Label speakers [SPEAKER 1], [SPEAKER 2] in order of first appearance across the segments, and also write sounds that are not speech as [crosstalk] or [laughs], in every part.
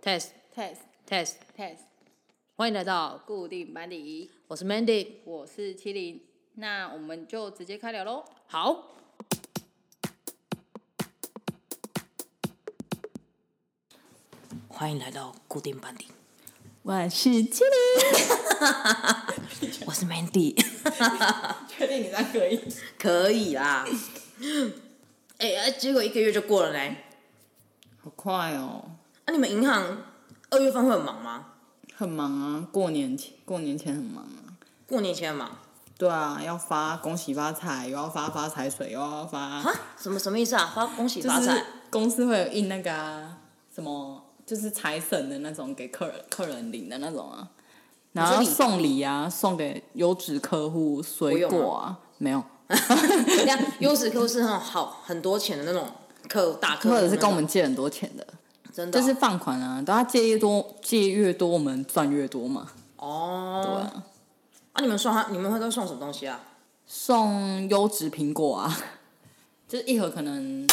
[SPEAKER 1] test
[SPEAKER 2] test
[SPEAKER 1] test，
[SPEAKER 2] test
[SPEAKER 1] 欢迎来到，
[SPEAKER 2] 固定班底，
[SPEAKER 1] 我是 Mandy。
[SPEAKER 2] 我是麒麟，那我们就直接开聊喽。
[SPEAKER 1] 好，欢迎来到固定班底，
[SPEAKER 2] 我是麒麟，
[SPEAKER 1] 我是 Mandy。
[SPEAKER 2] 确定你那可以？
[SPEAKER 1] 可以啦。哎、啊结果一个月就过了嘞。啊
[SPEAKER 2] 好快哦，
[SPEAKER 1] 那、你们银行二月份会很忙吗？
[SPEAKER 2] 很忙啊，过年前过年前很忙啊。
[SPEAKER 1] 过年前很忙
[SPEAKER 2] 对啊，要发恭喜发财，又要发发财水，又要发，
[SPEAKER 1] 啊？什么什么意思啊？发恭喜
[SPEAKER 2] 就
[SPEAKER 1] 发财、
[SPEAKER 2] 是公司会有印那个、啊、什么，就是财神的那种给客人客人领的那种啊。然后要
[SPEAKER 1] 你说礼
[SPEAKER 2] 送礼啊，送给优质客户水
[SPEAKER 1] 我有
[SPEAKER 2] 果啊，没有，
[SPEAKER 1] 人家优质客户是那种好很多钱的那种客户大客户
[SPEAKER 2] 或
[SPEAKER 1] 那种，
[SPEAKER 2] 者是跟我们借很多钱的，
[SPEAKER 1] 真的
[SPEAKER 2] 就
[SPEAKER 1] 哦、
[SPEAKER 2] 是放款啊，等他借越多，借越多，我们赚越多嘛。
[SPEAKER 1] 哦，
[SPEAKER 2] 对啊，
[SPEAKER 1] 啊，你们送他，你们会都送什么东西啊？
[SPEAKER 2] 送优质苹果啊， [laughs] 就是一盒可能，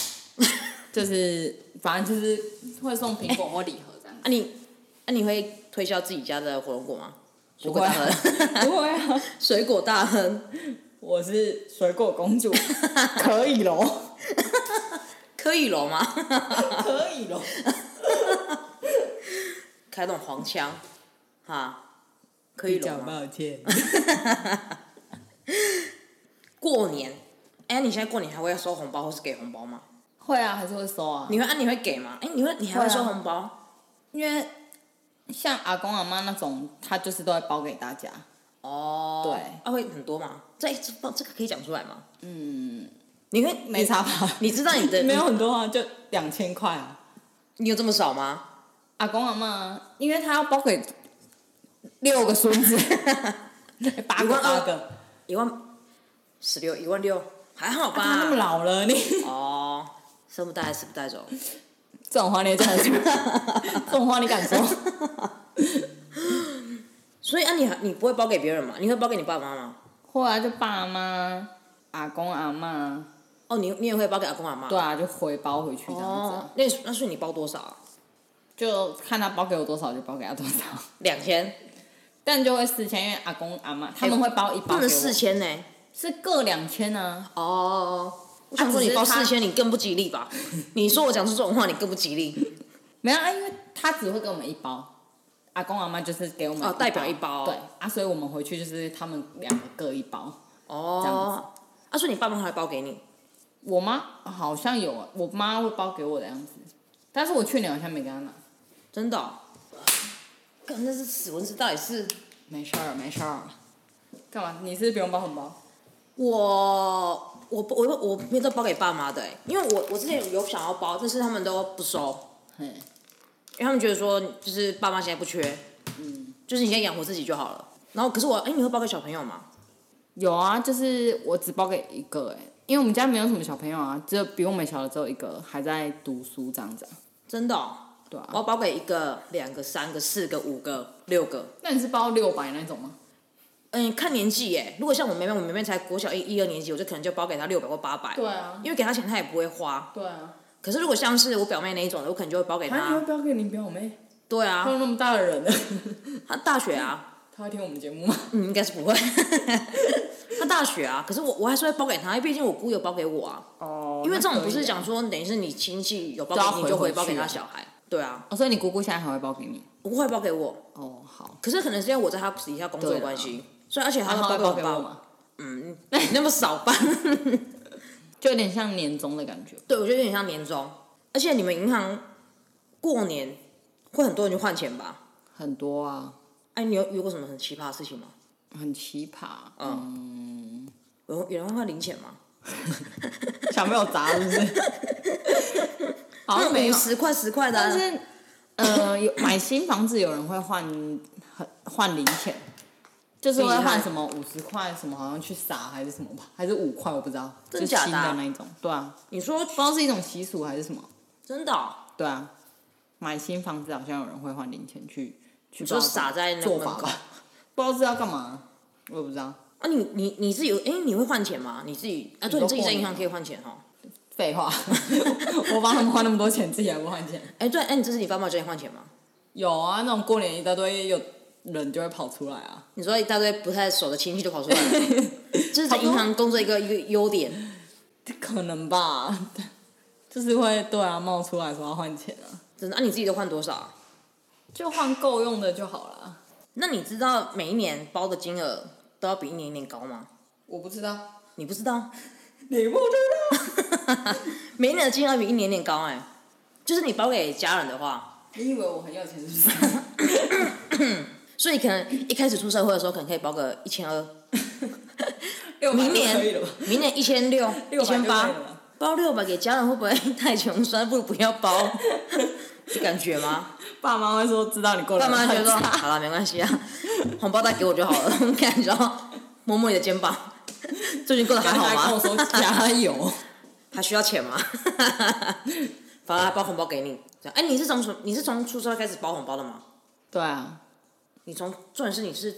[SPEAKER 2] [laughs] 就是反正就是会送苹果或礼盒这样。
[SPEAKER 1] 啊你，啊你会推销自己家的火龙果吗？水
[SPEAKER 2] 不
[SPEAKER 1] 果
[SPEAKER 2] 会
[SPEAKER 1] 大
[SPEAKER 2] 啊
[SPEAKER 1] 亨，
[SPEAKER 2] [laughs] 不会啊，
[SPEAKER 1] 水果大亨， [laughs]
[SPEAKER 2] 我是水果公主，可以咯，
[SPEAKER 1] 可以龙吗？
[SPEAKER 2] [laughs] 可以咯。
[SPEAKER 1] 开那种黄腔，哈，可以
[SPEAKER 2] 比
[SPEAKER 1] 龙
[SPEAKER 2] 较
[SPEAKER 1] 吗？
[SPEAKER 2] 抱歉，
[SPEAKER 1] 过年，哎、你现在过年还会收红包或是给红包吗？
[SPEAKER 2] 会啊，还是会收啊，
[SPEAKER 1] 你会啊？你会给吗？哎、你会你还会
[SPEAKER 2] 会啊
[SPEAKER 1] 收红包？
[SPEAKER 2] 因为像阿公阿妈那种，他就是都会包给大家。
[SPEAKER 1] 哦，
[SPEAKER 2] 对
[SPEAKER 1] 啊，会很多吗？这这不这个可以讲出来吗？嗯，你会
[SPEAKER 2] 没差吧？ [laughs]
[SPEAKER 1] 你知道你的
[SPEAKER 2] 没有很多啊，就两千块啊。
[SPEAKER 1] 你有这么少吗？
[SPEAKER 2] 阿公阿妈，因为他要包给六个孙 [laughs] 子，八
[SPEAKER 1] 一
[SPEAKER 2] 个
[SPEAKER 1] 万二
[SPEAKER 2] 八个，
[SPEAKER 1] 一万十六一万六还好吧？
[SPEAKER 2] 啊他那么老了，你
[SPEAKER 1] 哦，生不带来死不带走。
[SPEAKER 2] 这种话你也讲得出？ [laughs] 这种话你敢说？
[SPEAKER 1] 所以啊你，你不会包给别人嘛？你会包给你爸爸妈妈吗？
[SPEAKER 2] 后来就爸妈、阿公阿妈，
[SPEAKER 1] 哦，你你也会包给阿公阿妈？
[SPEAKER 2] 对啊，就回包回去这样子啊、
[SPEAKER 1] 哦，那那是你包多少啊？
[SPEAKER 2] 就看他包给我多少就包给他多少，
[SPEAKER 1] 两千，
[SPEAKER 2] 但就会四千，因为阿公阿妈他们会包一包
[SPEAKER 1] 不
[SPEAKER 2] 给
[SPEAKER 1] 能
[SPEAKER 2] 我，
[SPEAKER 1] 四千呢。
[SPEAKER 2] 哎是各两千啊。
[SPEAKER 1] 哦，我
[SPEAKER 2] 啊
[SPEAKER 1] 想说
[SPEAKER 2] 只
[SPEAKER 1] 你
[SPEAKER 2] 是
[SPEAKER 1] 包
[SPEAKER 2] 他
[SPEAKER 1] 四千，你更不吉利
[SPEAKER 2] [laughs]
[SPEAKER 1] 吧？你说我讲出这种话，你更不吉利。
[SPEAKER 2] 没有啊，因为他只会给我们一包，阿公阿妈就是给我们
[SPEAKER 1] 哦代表一包
[SPEAKER 2] 对啊，所以我们回去就是他们两个各一包。这
[SPEAKER 1] 哦
[SPEAKER 2] 样，
[SPEAKER 1] 啊，所以你爸爸妈妈还包给你？
[SPEAKER 2] 我妈好像有啊，我妈会包给我的样子，但是我去年好像没给她拿。
[SPEAKER 1] 真的、哦？干那是死蚊子，到底是
[SPEAKER 2] 没事儿，没事儿。干嘛？你是不是不用包红包？
[SPEAKER 1] 我我不我我没有都包给爸妈的、欸，因为我我之前有想要包，但是他们都不收，
[SPEAKER 2] 嘿，
[SPEAKER 1] 因为他们觉得说就是爸妈现在不缺，嗯，就是你现在养活自己就好了。然后可是我哎、你会包给小朋友吗？
[SPEAKER 2] 有啊，就是我只包给一个哎、因为我们家没有什么小朋友啊，只有比我们小的只有一个还在读书这样子啊、
[SPEAKER 1] 真的、哦，
[SPEAKER 2] 对
[SPEAKER 1] 我
[SPEAKER 2] 啊。
[SPEAKER 1] 要包给一个、两个、三个、四个、五个、六个。
[SPEAKER 2] 那你是包六百那种吗？
[SPEAKER 1] 嗯，看年纪耶。如果像我妹妹，我妹妹才国小一、一二年级，我就可能就包给她六百或八百。
[SPEAKER 2] 对啊
[SPEAKER 1] 因为给她钱她也不会花。
[SPEAKER 2] 对啊。
[SPEAKER 1] 可是如果像是我表妹那一种的，我可能就会包给
[SPEAKER 2] 啊，你
[SPEAKER 1] 她
[SPEAKER 2] 会。包给你表妹？
[SPEAKER 1] 对
[SPEAKER 2] 她
[SPEAKER 1] 啊，
[SPEAKER 2] 都那么大的人了，
[SPEAKER 1] 她大学啊，
[SPEAKER 2] 她会听我们节目吗？
[SPEAKER 1] 嗯，应该是不会。 [laughs] 她大学啊，可是我我还是会包给她，因为毕竟我姑有包给我啊。
[SPEAKER 2] 哦 [laughs]
[SPEAKER 1] 因为这种不是讲说，等于是你亲戚有包
[SPEAKER 2] 就要
[SPEAKER 1] 给你，
[SPEAKER 2] 回
[SPEAKER 1] 就
[SPEAKER 2] 回
[SPEAKER 1] 回包给
[SPEAKER 2] 去
[SPEAKER 1] 他
[SPEAKER 2] 啊
[SPEAKER 1] 小孩。对啊，
[SPEAKER 2] 哦，所以你姑姑现在还会包给你？
[SPEAKER 1] 我姑会包给我，
[SPEAKER 2] 哦，好。
[SPEAKER 1] 可是可能是因为我在她底下工作的
[SPEAKER 2] 对啊
[SPEAKER 1] 关系，所以而且她会
[SPEAKER 2] 然后
[SPEAKER 1] 包
[SPEAKER 2] 包
[SPEAKER 1] 给
[SPEAKER 2] 给
[SPEAKER 1] 我
[SPEAKER 2] 我
[SPEAKER 1] 爸，
[SPEAKER 2] 嘛，
[SPEAKER 1] 嗯，你那么少吧？
[SPEAKER 2] [laughs] 就有点像年终的感觉。
[SPEAKER 1] 对，我觉得有点像年终，而且你们银行过年会很多人去换钱吧？
[SPEAKER 2] 很多啊，
[SPEAKER 1] 哎、你有遇过什么很奇葩的事情吗？
[SPEAKER 2] 很奇葩。嗯，
[SPEAKER 1] 有有人会换零钱吗？
[SPEAKER 2] 小朋友砸
[SPEAKER 1] [laughs]
[SPEAKER 2] 是不是？好像没
[SPEAKER 1] 五
[SPEAKER 2] 有，
[SPEAKER 1] 十块十块的啊、
[SPEAKER 2] 但是呃，有买新房子有人会换很换零钱，就是会
[SPEAKER 1] 厉害
[SPEAKER 2] 换什么五十块什么，好像去撒还是什么吧，还是五块我不知道，
[SPEAKER 1] 真
[SPEAKER 2] 就
[SPEAKER 1] 假的
[SPEAKER 2] 新
[SPEAKER 1] 啊
[SPEAKER 2] 的那一种。对啊，
[SPEAKER 1] 你说
[SPEAKER 2] 不知道是一种习俗还是什么。
[SPEAKER 1] 真的哦、
[SPEAKER 2] 对啊，买新房子好像有人会换零钱去去
[SPEAKER 1] 你说
[SPEAKER 2] 不知道
[SPEAKER 1] 撒在那
[SPEAKER 2] 做
[SPEAKER 1] 门
[SPEAKER 2] 法
[SPEAKER 1] 口
[SPEAKER 2] 吧，不知道是要干嘛，我也不知道。
[SPEAKER 1] 啊？你你你是有哎、你会换钱吗？你自己啊？对，
[SPEAKER 2] 你说
[SPEAKER 1] 你自己在
[SPEAKER 2] 过年
[SPEAKER 1] 银行
[SPEAKER 2] 吗
[SPEAKER 1] 可以换钱哦。
[SPEAKER 2] 废话， [laughs] 我帮他们花那么多钱，自己还不换钱？
[SPEAKER 1] 哎、对，哎、你这是你发报之前换钱吗？
[SPEAKER 2] 有啊，那种过年一大堆有人就会跑出来啊。
[SPEAKER 1] 你说一大堆不太熟的亲戚就跑出来了，
[SPEAKER 2] [laughs]
[SPEAKER 1] 这是在银行工作一个一个优点。
[SPEAKER 2] 可能吧， [laughs] 就是会对啊冒出来说要换钱啊，
[SPEAKER 1] 真的，那、你自己都换多少啊？
[SPEAKER 2] 就换够用的就好了。
[SPEAKER 1] 那你知道每一年包的金额都要比一年一年高吗？
[SPEAKER 2] 我不知道，
[SPEAKER 1] 你不知道，
[SPEAKER 2] 你不知道，
[SPEAKER 1] 每一年的金额比一年一年高哎、就是你包给家人的话，
[SPEAKER 2] 你以为我很有钱是不是？ [laughs]
[SPEAKER 1] 所以可能一开始出社会的时候，可能可以包个一千二，
[SPEAKER 2] 六百
[SPEAKER 1] 明
[SPEAKER 2] 就可以
[SPEAKER 1] 年
[SPEAKER 2] 了吧？
[SPEAKER 1] 明年一千六、一
[SPEAKER 2] 六百
[SPEAKER 1] 千
[SPEAKER 2] 就可以
[SPEAKER 1] 八
[SPEAKER 2] 了吧，
[SPEAKER 1] 包六百给家人会不会 [laughs] 太穷酸？不如不要包，
[SPEAKER 2] [laughs]
[SPEAKER 1] 这感觉吗？
[SPEAKER 2] 爸妈会说知
[SPEAKER 1] [laughs]
[SPEAKER 2] 道你过得
[SPEAKER 1] 爸妈
[SPEAKER 2] 很
[SPEAKER 1] 觉
[SPEAKER 2] [laughs]
[SPEAKER 1] 得说
[SPEAKER 2] 差
[SPEAKER 1] 好了，没关系啊， [laughs] 红包袋给我就好了， [laughs] 我们感觉到摸摸你的肩膀， [laughs] 最近过得还好
[SPEAKER 2] 他还跟我
[SPEAKER 1] 吗？
[SPEAKER 2] 说加油，
[SPEAKER 1] 还需要钱吗？ [laughs] 好了，包红包给你。这样哎、你是从什么？你是从出社会开始包红包的吗？
[SPEAKER 2] [laughs] 对啊，
[SPEAKER 1] 你从重点是你是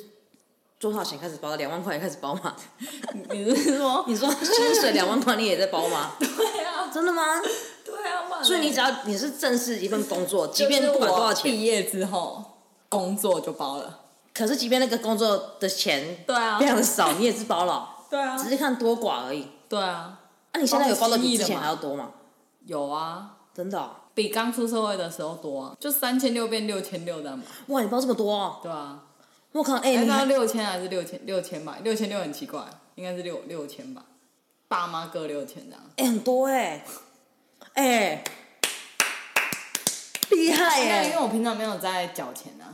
[SPEAKER 1] 多少钱开始包的？两万块钱开始包吗？ [laughs]
[SPEAKER 2] 你是说
[SPEAKER 1] 你说薪水两万块你也在包吗？
[SPEAKER 2] [laughs] 对啊？
[SPEAKER 1] 真的吗？
[SPEAKER 2] 对啊，不然
[SPEAKER 1] 所以你只要你是正式一份工作，即便
[SPEAKER 2] 就是
[SPEAKER 1] 不管多少
[SPEAKER 2] 我
[SPEAKER 1] 钱，
[SPEAKER 2] 毕业之后工作就包了，
[SPEAKER 1] 可是即便那个工作的钱
[SPEAKER 2] 对啊
[SPEAKER 1] 非常的少，你也是包了，
[SPEAKER 2] 对啊
[SPEAKER 1] 只是看多寡而已。
[SPEAKER 2] 对啊，
[SPEAKER 1] 那、你现在有包的比之
[SPEAKER 2] 包个七亿的
[SPEAKER 1] 前
[SPEAKER 2] 嘛
[SPEAKER 1] 还要多吗？
[SPEAKER 2] 有啊，
[SPEAKER 1] 真的哦、
[SPEAKER 2] 比刚出社会的时候多啊，就三千六变六千六这样吧，
[SPEAKER 1] 哇，你包这么多、哦，
[SPEAKER 2] 对啊。
[SPEAKER 1] 我靠，哎、
[SPEAKER 2] 哎，
[SPEAKER 1] 你
[SPEAKER 2] 那
[SPEAKER 1] 还
[SPEAKER 2] 六千还是六千六千吧，六千六很奇怪，应该是六六千吧，爸妈各六千这样。
[SPEAKER 1] 哎、很多哎、哎、厉害
[SPEAKER 2] 对
[SPEAKER 1] 哎、
[SPEAKER 2] 啊，因为我平常没有在缴钱啊，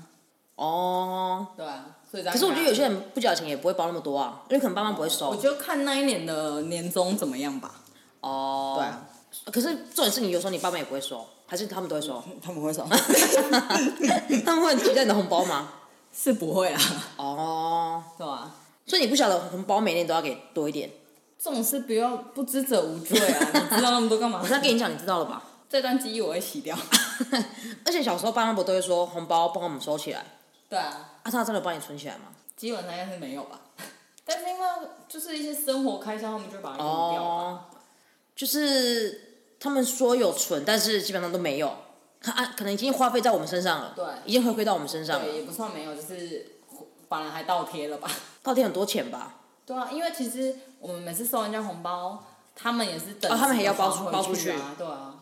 [SPEAKER 1] 哦，
[SPEAKER 2] 对啊，所以这样
[SPEAKER 1] 可是我觉得有些
[SPEAKER 2] 看
[SPEAKER 1] 人不缴钱也不会包那么多啊，因为可能爸妈不会收
[SPEAKER 2] 我。就看那一年的年终怎么样吧。
[SPEAKER 1] 哦，
[SPEAKER 2] 对啊，
[SPEAKER 1] 可是重点是你有时候你爸妈也不会收，还是他们都会收？
[SPEAKER 2] [laughs]
[SPEAKER 1] [laughs]
[SPEAKER 2] 他们会少，
[SPEAKER 1] 他们会很期待你的红包吗？
[SPEAKER 2] [laughs] 是不会啦，
[SPEAKER 1] 哦，
[SPEAKER 2] 对啊，
[SPEAKER 1] 所以你不晓得红包每年都要给多一点。
[SPEAKER 2] 这种事不要不知者无罪 [laughs] 啊，你知道那么多干嘛
[SPEAKER 1] 我？再跟你讲，你知道了吧？
[SPEAKER 2] 这段记忆我会洗掉。 [laughs]
[SPEAKER 1] 而且小时候爸妈不都会说红包帮我们收起来，
[SPEAKER 2] 对啊，
[SPEAKER 1] 啊，他真的帮你存起来吗？
[SPEAKER 2] 基本上应该是没有吧。 [laughs] 但是因为就是一些生活开销，他们就把它用掉吧。
[SPEAKER 1] 哦，就是他们说有存，但是基本上都没有，他啊，可能已经花费在我们身上了，
[SPEAKER 2] 对
[SPEAKER 1] 已经回馈到我们身上
[SPEAKER 2] 对，
[SPEAKER 1] 了，
[SPEAKER 2] 也不算没有，就是反而还倒贴了吧。 [laughs]
[SPEAKER 1] 到底很多钱吧？
[SPEAKER 2] 对啊，因为其实我们每次收人家红包，他们也是等、
[SPEAKER 1] 哦他们也要包出包出去
[SPEAKER 2] 啊，对啊，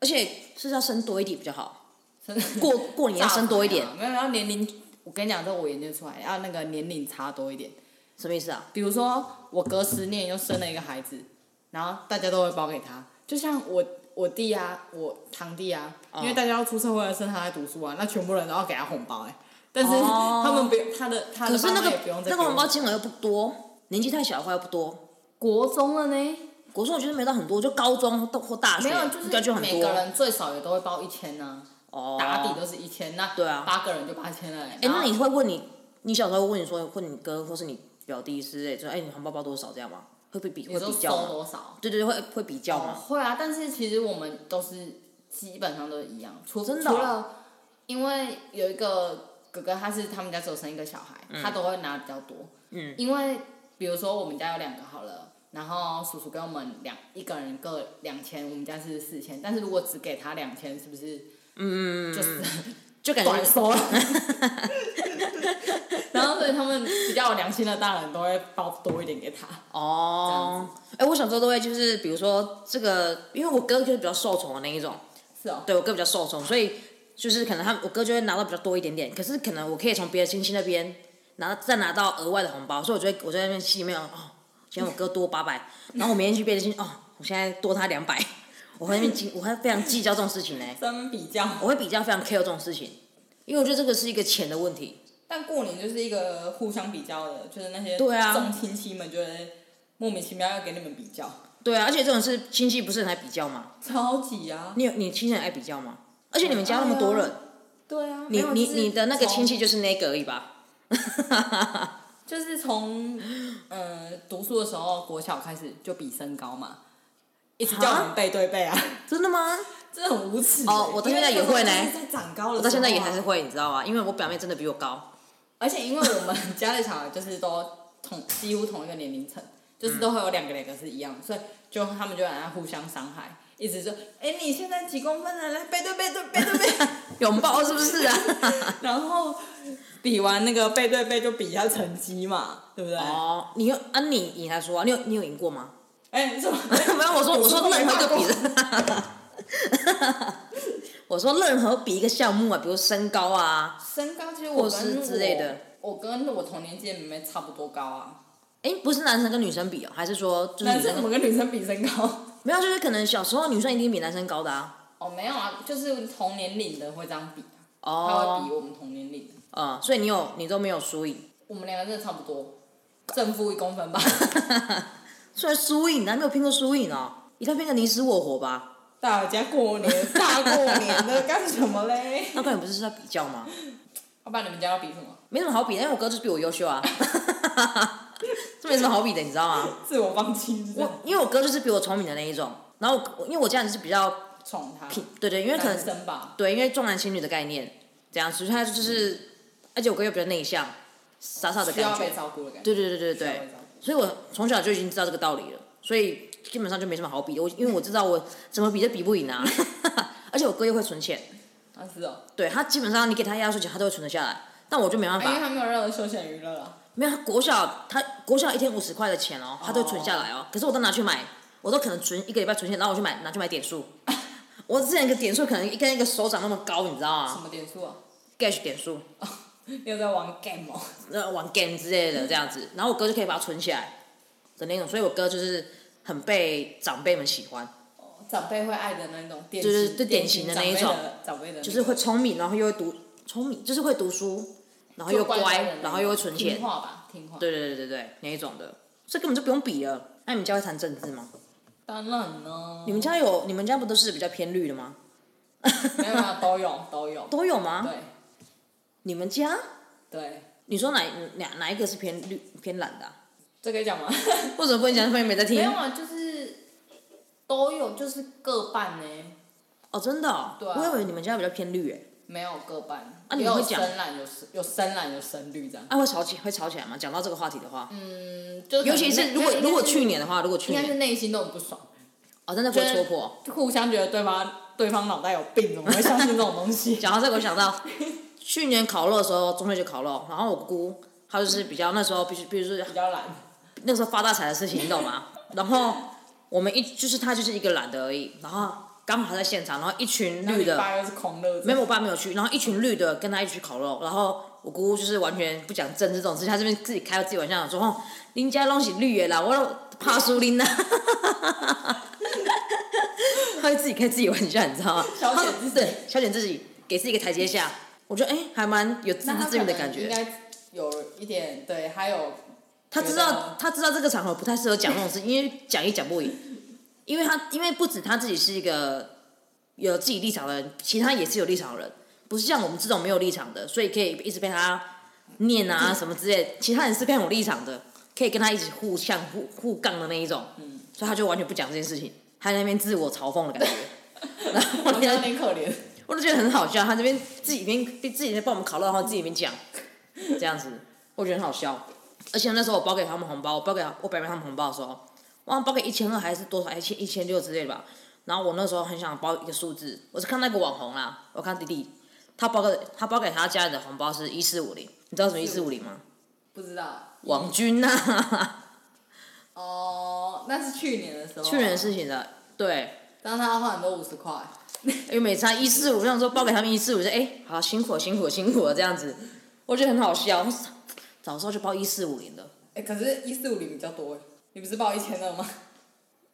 [SPEAKER 1] 而且是要生多一点比较好，
[SPEAKER 2] 真的 [laughs]
[SPEAKER 1] 过过年要生多一点，
[SPEAKER 2] 没有要年龄，我跟你讲，这我研究出来，啊要那个年龄差多一点。
[SPEAKER 1] 什么意思啊？
[SPEAKER 2] 比如说我隔十年又生了一个孩子，然后大家都会包给他，就像我。我弟啊，我堂弟啊，因为大家要出社会了，剩他在读书啊，那全部人都要给他红包哎、但是
[SPEAKER 1] 哦
[SPEAKER 2] 他们不用，他的他
[SPEAKER 1] 可
[SPEAKER 2] 的
[SPEAKER 1] 是
[SPEAKER 2] 爸
[SPEAKER 1] 那
[SPEAKER 2] 妈
[SPEAKER 1] 个
[SPEAKER 2] 也不用再
[SPEAKER 1] 那个
[SPEAKER 2] 给
[SPEAKER 1] 红包
[SPEAKER 2] 我
[SPEAKER 1] 金额又不多，年纪太小的话又不多。
[SPEAKER 2] 国中了呢，
[SPEAKER 1] 国中我觉得没到很多，就高中或或大学，
[SPEAKER 2] 没有，
[SPEAKER 1] 应该
[SPEAKER 2] 就是
[SPEAKER 1] 就很
[SPEAKER 2] 每个
[SPEAKER 1] 多。
[SPEAKER 2] 人最少也都会包一千呢、
[SPEAKER 1] 哦
[SPEAKER 2] 打底都是一千，那
[SPEAKER 1] 对啊
[SPEAKER 2] 八个人就八千了、欸。
[SPEAKER 1] 哎、
[SPEAKER 2] 然后
[SPEAKER 1] 那你会问你，你小时候会问你说，问你哥或是你表弟之类，就哎、你红包包多少这样吗？会比比
[SPEAKER 2] 你
[SPEAKER 1] 会
[SPEAKER 2] 说
[SPEAKER 1] 比
[SPEAKER 2] 收
[SPEAKER 1] 较吗？
[SPEAKER 2] 多少？
[SPEAKER 1] 对对对，会会比较吗？
[SPEAKER 2] 会啊，但是其实我们都是基本上都是一样，除
[SPEAKER 1] 真的哦
[SPEAKER 2] 除了因为有一个哥哥，他是他们家只有生一个小孩，他都会拿比较多。嗯，因为比如说我们家有两个好了，然后叔叔给我们两一个人各两千，我们家是四千，但是如果只给他两千，是不是？嗯，就是
[SPEAKER 1] [laughs] 就感
[SPEAKER 2] 短
[SPEAKER 1] 觉
[SPEAKER 2] 收了。 [laughs] 然后所以他们比较有良心的大人都会包多一点给他。
[SPEAKER 1] 哦，哎、我小时候都会就是比如说这个，因为我哥就是比较受宠的那一种，
[SPEAKER 2] 是哦，
[SPEAKER 1] 对我哥比较受宠，所以就是可能他我哥就会拿到比较多一点点，可是可能我可以从别的亲戚那边拿再拿到额外的红包，所以我就会我在那边心里面哦，今天我哥多八百，然后我明天去别的亲戚哦，我现在多他两百，我会那边计我会非常计较这种事情呢、
[SPEAKER 2] 真比较。
[SPEAKER 1] 我会比较非常 care 这种事情，因为我觉得这个是一个钱的问题。
[SPEAKER 2] 但过年就是一个互相比较的，就是那些
[SPEAKER 1] 对啊
[SPEAKER 2] 重亲戚们就会莫名其妙要给你们比较，
[SPEAKER 1] 对啊，而且这种是亲戚不是很爱比较吗？
[SPEAKER 2] 超级啊，
[SPEAKER 1] 你有你亲戚很爱比较吗？而且你们家那么多人，
[SPEAKER 2] 对啊，没
[SPEAKER 1] 你
[SPEAKER 2] 有
[SPEAKER 1] 你
[SPEAKER 2] 就是
[SPEAKER 1] 你的那个
[SPEAKER 2] 从
[SPEAKER 1] 亲戚就是那个而已吧？
[SPEAKER 2] 就是从呃读书的时候，国小开始就比身高嘛，一直叫我们背对背啊， [laughs]
[SPEAKER 1] 真的吗？
[SPEAKER 2] 这很无耻欸、
[SPEAKER 1] 哦我到现在也会呢
[SPEAKER 2] 因为那时候就是在啊长高了，
[SPEAKER 1] 我到现在也还是会，你知道吗？因为我表妹真的比我高。
[SPEAKER 2] 而且因为我们家的小孩就是都同几乎同一个年龄层，就是都会有两个两个是一样，所以就他们就很爱互相伤害，一直说，哎、你现在几公分了？来背对背对背
[SPEAKER 1] [laughs]
[SPEAKER 2] 对背，
[SPEAKER 1] 拥抱是不是啊？
[SPEAKER 2] 然后比完那个背对背就比一下成绩嘛，对不
[SPEAKER 1] [laughs]
[SPEAKER 2] 对？
[SPEAKER 1] 哦，你有啊？你你来说啊，你有你有赢过吗？
[SPEAKER 2] 哎、你怎么？
[SPEAKER 1] [laughs] 没有，我说我说任何一个比
[SPEAKER 2] 的，
[SPEAKER 1] 的， [laughs] 我说任何比一个项目啊，比如身高啊，
[SPEAKER 2] 身高其实我
[SPEAKER 1] 或是
[SPEAKER 2] 跟我
[SPEAKER 1] 之类的，
[SPEAKER 2] 我跟我同年纪的妹妹差不多高啊。
[SPEAKER 1] 哎，不是男生跟女生比哦，还是说就是
[SPEAKER 2] 男
[SPEAKER 1] 女
[SPEAKER 2] 生怎
[SPEAKER 1] 生
[SPEAKER 2] 么跟女生比身高？
[SPEAKER 1] 没有，就是可能小时候女生一定比男生高的啊。
[SPEAKER 2] 哦，没有啊，就是同年龄的会这样比啊，他会
[SPEAKER 1] 哦，
[SPEAKER 2] 比我们同年龄的。
[SPEAKER 1] 嗯，所以你有你都没有输赢，
[SPEAKER 2] 我们两个真的差不多，正负一公
[SPEAKER 1] [laughs]
[SPEAKER 2] 分吧。
[SPEAKER 1] 虽然输赢，你还没有拼过输赢哦，一定要拼个你死我活吧？
[SPEAKER 2] 大家过年，大过年的干什么嘞？ [laughs]
[SPEAKER 1] 那不然不是在比较吗？
[SPEAKER 2] 要啊不然你们家要比什么？
[SPEAKER 1] 没什么好比，因为我哥就是比我优秀啊， [laughs] 这没什么好比的，你知道吗？
[SPEAKER 2] 自我放弃是不是
[SPEAKER 1] 我因为我哥就是比我聪明的那一种，然后我因为我家人是比较
[SPEAKER 2] 宠他，
[SPEAKER 1] 平，对对，因为可
[SPEAKER 2] 男
[SPEAKER 1] 能
[SPEAKER 2] 生吧，
[SPEAKER 1] 对，因为重男轻女的概念这样，所以他就是，而且我哥又比较内向，傻傻的
[SPEAKER 2] 需要
[SPEAKER 1] 感
[SPEAKER 2] 被
[SPEAKER 1] 觉，
[SPEAKER 2] 照顾的感觉。
[SPEAKER 1] 对对对对
[SPEAKER 2] 需要
[SPEAKER 1] 对
[SPEAKER 2] 被，照顾
[SPEAKER 1] 所以我从小就已经知道这个道理了，所以基本上就没什么好比的，我因为我知道我怎么比都比不赢
[SPEAKER 2] [laughs]
[SPEAKER 1] 啊，而且我哥又会存钱，
[SPEAKER 2] 啊是哦，
[SPEAKER 1] 对他基本上你给他压岁钱他都会存得下来，但我就没办
[SPEAKER 2] 啊因
[SPEAKER 1] 法，
[SPEAKER 2] 为他没有任何休闲娱乐啊。
[SPEAKER 1] 没有他国小他国小一天五十块的钱哦，他都存下来哦，可是我都拿去买，我都可能存一个礼拜存钱，然后我去买拿去买点数， [laughs] 我之前一个点数可能一根一个手掌那么高，你知道
[SPEAKER 2] 什
[SPEAKER 1] 吗
[SPEAKER 2] 么点数啊？
[SPEAKER 1] ？Gash 点数。
[SPEAKER 2] 又在玩 game 哦。
[SPEAKER 1] 呃玩 game 之类的这样子，然后我哥就可以把它存起来的那种，所以我哥就是很被长辈们喜欢，
[SPEAKER 2] 嗯长辈会爱的那种典
[SPEAKER 1] 就是
[SPEAKER 2] 型，
[SPEAKER 1] 最典型的那一种
[SPEAKER 2] 长辈的那种，
[SPEAKER 1] 就是会聪明，然后又会读聪明，就是会读书，然后又
[SPEAKER 2] 做乖乖的那
[SPEAKER 1] 乖，
[SPEAKER 2] 种
[SPEAKER 1] 然后又会存钱
[SPEAKER 2] 听，话吧，听话。
[SPEAKER 1] 对对对对对，那一种的，所以根本就不用比了。那你们家会谈政治吗？
[SPEAKER 2] 当然呢，
[SPEAKER 1] 你们家有，你们家不都是比较偏绿的吗？
[SPEAKER 2] 没有没有都有都有，
[SPEAKER 1] [laughs] 都有吗？
[SPEAKER 2] 对
[SPEAKER 1] 你们家，
[SPEAKER 2] 对，
[SPEAKER 1] 你说哪哪哪一个是偏绿偏蓝的、啊？
[SPEAKER 2] 这可以讲吗？
[SPEAKER 1] 为什么不能讲？朋友没在
[SPEAKER 2] 没
[SPEAKER 1] 听
[SPEAKER 2] 有啊，就是都有，就是各半呢，
[SPEAKER 1] 哦，真的、哦，
[SPEAKER 2] 对啊
[SPEAKER 1] 我以为你们家比较偏绿诶。
[SPEAKER 2] 没有各半，
[SPEAKER 1] 啊
[SPEAKER 2] 也
[SPEAKER 1] 你
[SPEAKER 2] 有
[SPEAKER 1] 会讲
[SPEAKER 2] 深蓝有深有深蓝有深绿这样。
[SPEAKER 1] 啊，会吵起会吵起来吗？讲到这个话题的话，
[SPEAKER 2] 嗯，就可能
[SPEAKER 1] 哦尤其是如果
[SPEAKER 2] 应该
[SPEAKER 1] 如果去年的话，如果去
[SPEAKER 2] 应该
[SPEAKER 1] 年
[SPEAKER 2] 是内心都很不爽，
[SPEAKER 1] 哦，真的不会戳破。
[SPEAKER 2] 就互相觉得对方对方脑袋有病，怎么会相信这种东西？
[SPEAKER 1] 讲到这个，我想到 [laughs] 去年烤肉的时候，中秋节烤肉，然后我姑她就是比较那时候必须，比如说
[SPEAKER 2] [laughs] 比较懒，
[SPEAKER 1] 那时候发大财的事情，你懂 [laughs] 吗？然后我们一就是她就是一个懒的而已，然后刚好她在现场，然后一群绿
[SPEAKER 2] 那你
[SPEAKER 1] 的，
[SPEAKER 2] 爸又是狂热者，
[SPEAKER 1] 没有我爸没有去，然后一群绿的跟她一起去烤肉，然后。我姑就是完全不讲政治这种事情，她这边自己开自己玩笑，说哦，林家东西绿的啦，我都怕输林啦， [laughs] 她会自己开自己玩笑，你知道吗？
[SPEAKER 2] 消遣自己
[SPEAKER 1] 对，消遣自己，给自己一个台阶下。我觉得哎、还蛮有自
[SPEAKER 2] 那
[SPEAKER 1] 知
[SPEAKER 2] 他
[SPEAKER 1] 之明的
[SPEAKER 2] 可能
[SPEAKER 1] 感觉
[SPEAKER 2] 应。该有一点对，还有
[SPEAKER 1] 他知
[SPEAKER 2] 觉
[SPEAKER 1] 道
[SPEAKER 2] 得
[SPEAKER 1] 他知道这个场合不太适合讲这种事，因为讲也讲不赢，因为他因为不止他自己是一个有自己立场的人，其他也是有立场的人，不是像我们这种没有立场的，所以可以一直被他念
[SPEAKER 2] [laughs]
[SPEAKER 1] 啊什么之类的。其他人是非常有立场的，可以跟他一起互相互互杠的那一种，
[SPEAKER 2] 嗯
[SPEAKER 1] 所以他就完全不讲这件事情，他在那边自我嘲讽的感
[SPEAKER 2] [laughs]
[SPEAKER 1] 觉，然后 [laughs] 我
[SPEAKER 2] 好像有点可怜。
[SPEAKER 1] 我都觉得很好笑，他这边自己边自己在帮我们烤肉，然后自己一边讲，这样子，我觉得很好笑。而且那时候我包给他们红包，我包给我表妹他们红包的时候，我好像包给一千二还是多少，一千一千六之类的吧。然后我那时候很想包一个数字，我是看那个网红啦，我看弟弟，他包给他包给他家人的红包是一四五零，你知道什么一四五零吗？
[SPEAKER 2] 不知道
[SPEAKER 1] 网军啊呐、
[SPEAKER 2] 哦，那是去年的时候，
[SPEAKER 1] 去年的事情的，对。
[SPEAKER 2] 当他花很多五十块，
[SPEAKER 1] 因为每次一四五，那时候包给他们一四五，就哎、好辛苦了辛苦了辛苦了这样子，我觉得很好笑。早知道就包一四五零的，
[SPEAKER 2] 哎，可是一四五零比较多哎，你不是报一千二吗？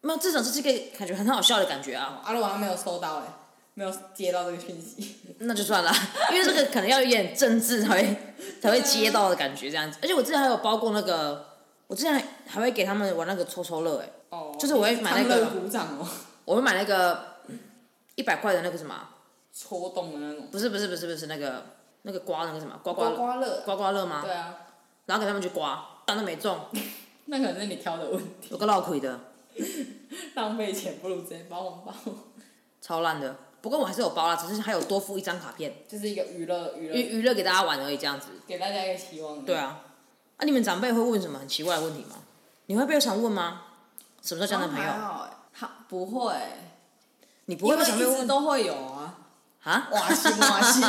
[SPEAKER 1] 那至少这是一个感觉很好笑的感觉啊，
[SPEAKER 2] 阿鲁还没有收到哎，没有接到这个讯息，
[SPEAKER 1] 那就算了， [laughs] 因为这个可能要有点政治才会 [laughs] 才会接到的感觉这样子。而且我之前还有包过那个，我之前还还会给他们玩那个抽抽乐，哎，
[SPEAKER 2] 哦，
[SPEAKER 1] 就是我会买那个
[SPEAKER 2] 康乐鼓掌哦，
[SPEAKER 1] 我会买那个一百块的那个什么啊，
[SPEAKER 2] [laughs] 戳洞的那种
[SPEAKER 1] 不是不是不是不是那个那个刮那个什么刮刮
[SPEAKER 2] 哦刮刮乐，
[SPEAKER 1] 刮刮乐吗？
[SPEAKER 2] 对啊，
[SPEAKER 1] 然后给他们去刮，但都没中，
[SPEAKER 2] 那可能是你挑的问题，
[SPEAKER 1] 有个闹亏的。
[SPEAKER 2] 浪费钱不如直接包红包，
[SPEAKER 1] 超烂的。不过我还是有包啦，只是还有多付一张卡片，
[SPEAKER 2] [laughs] 就是一个娱乐娱乐，
[SPEAKER 1] 娱娱乐给大家玩而已，这样子。嗯啊
[SPEAKER 2] 给大家一个希望。
[SPEAKER 1] 对，啊，啊，你们长辈会问什么很奇怪的问题吗？你会被常问吗？什么时候交男朋
[SPEAKER 2] 还
[SPEAKER 1] 友？
[SPEAKER 2] 好欸，好不会，
[SPEAKER 1] 你不
[SPEAKER 2] 因
[SPEAKER 1] 会
[SPEAKER 2] 为
[SPEAKER 1] 被常被
[SPEAKER 2] 一直
[SPEAKER 1] 问
[SPEAKER 2] 都会有啊。
[SPEAKER 1] 啊？
[SPEAKER 2] [laughs] 哇西哇西，